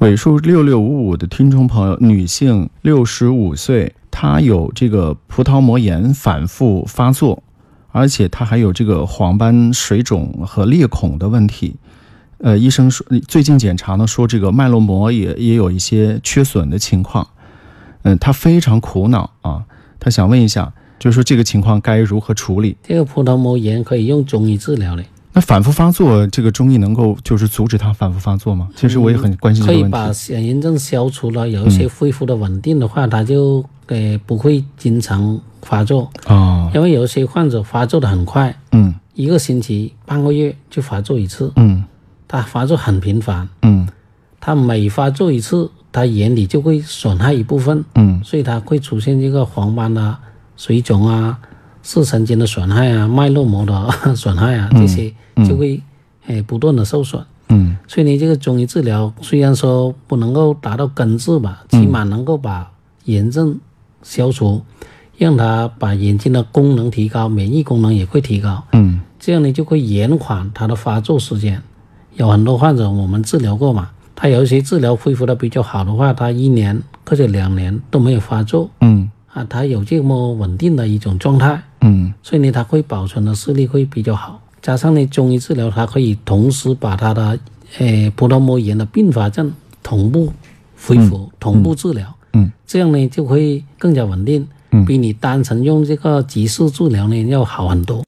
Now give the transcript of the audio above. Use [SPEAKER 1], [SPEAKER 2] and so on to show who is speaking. [SPEAKER 1] 尾数六六五五的听众朋友，女性，六十五岁，她有这个葡萄膜炎反复发作，而且她还有这个黄斑水肿和裂孔的问题。呃，医生说最近检查呢，说这个脉络膜也也有一些缺损的情况。嗯，她非常苦恼啊，她想问一下，就是说这个情况该如何处理？
[SPEAKER 2] 这个葡萄膜炎可以用中医治疗嘞，
[SPEAKER 1] 那反复发作，这个中医能够就是阻止它反复发作吗？其实我也很关心
[SPEAKER 2] 可
[SPEAKER 1] 这个
[SPEAKER 2] 以
[SPEAKER 1] 问题。
[SPEAKER 2] 把显炎症消除了，有一些恢复的稳定的话，它就呃不会经常发作，
[SPEAKER 1] 哦，
[SPEAKER 2] 因为有一些患者发作的很快，
[SPEAKER 1] 嗯
[SPEAKER 2] 一个星期、半个月就发作一次，
[SPEAKER 1] 嗯
[SPEAKER 2] 它发作很频繁，
[SPEAKER 1] 嗯
[SPEAKER 2] 它每发作一次，它眼底就会损害一部分，
[SPEAKER 1] 嗯
[SPEAKER 2] 所以它会出现这个黄斑啊、水肿啊、视神经的损害啊、脉络膜的 损害啊，这些就会诶不断的受损。
[SPEAKER 1] 嗯
[SPEAKER 2] 所以呢，这个中医治疗虽然说不能够达到根治吧，起码能够把炎症消除，让它把眼睛的功能提高，免疫功能也会提高，
[SPEAKER 1] 嗯
[SPEAKER 2] 这样呢就会延缓它的发作时间。有很多患者我们治疗过嘛，他有一些治疗恢复的比较好的话，他一年或者两年都没有发作
[SPEAKER 1] 嗯
[SPEAKER 2] 啊，他有这么稳定的一种状态，
[SPEAKER 1] 嗯
[SPEAKER 2] 所以呢，它会保存的视力会比较好。加上呢，中医治疗它可以同时把它的呃葡萄膜炎的并发症同步恢复、同步治疗，
[SPEAKER 1] 嗯，
[SPEAKER 2] 这样呢就会更加稳定，
[SPEAKER 1] 嗯
[SPEAKER 2] 比你单纯用这个急速治疗呢要好很多。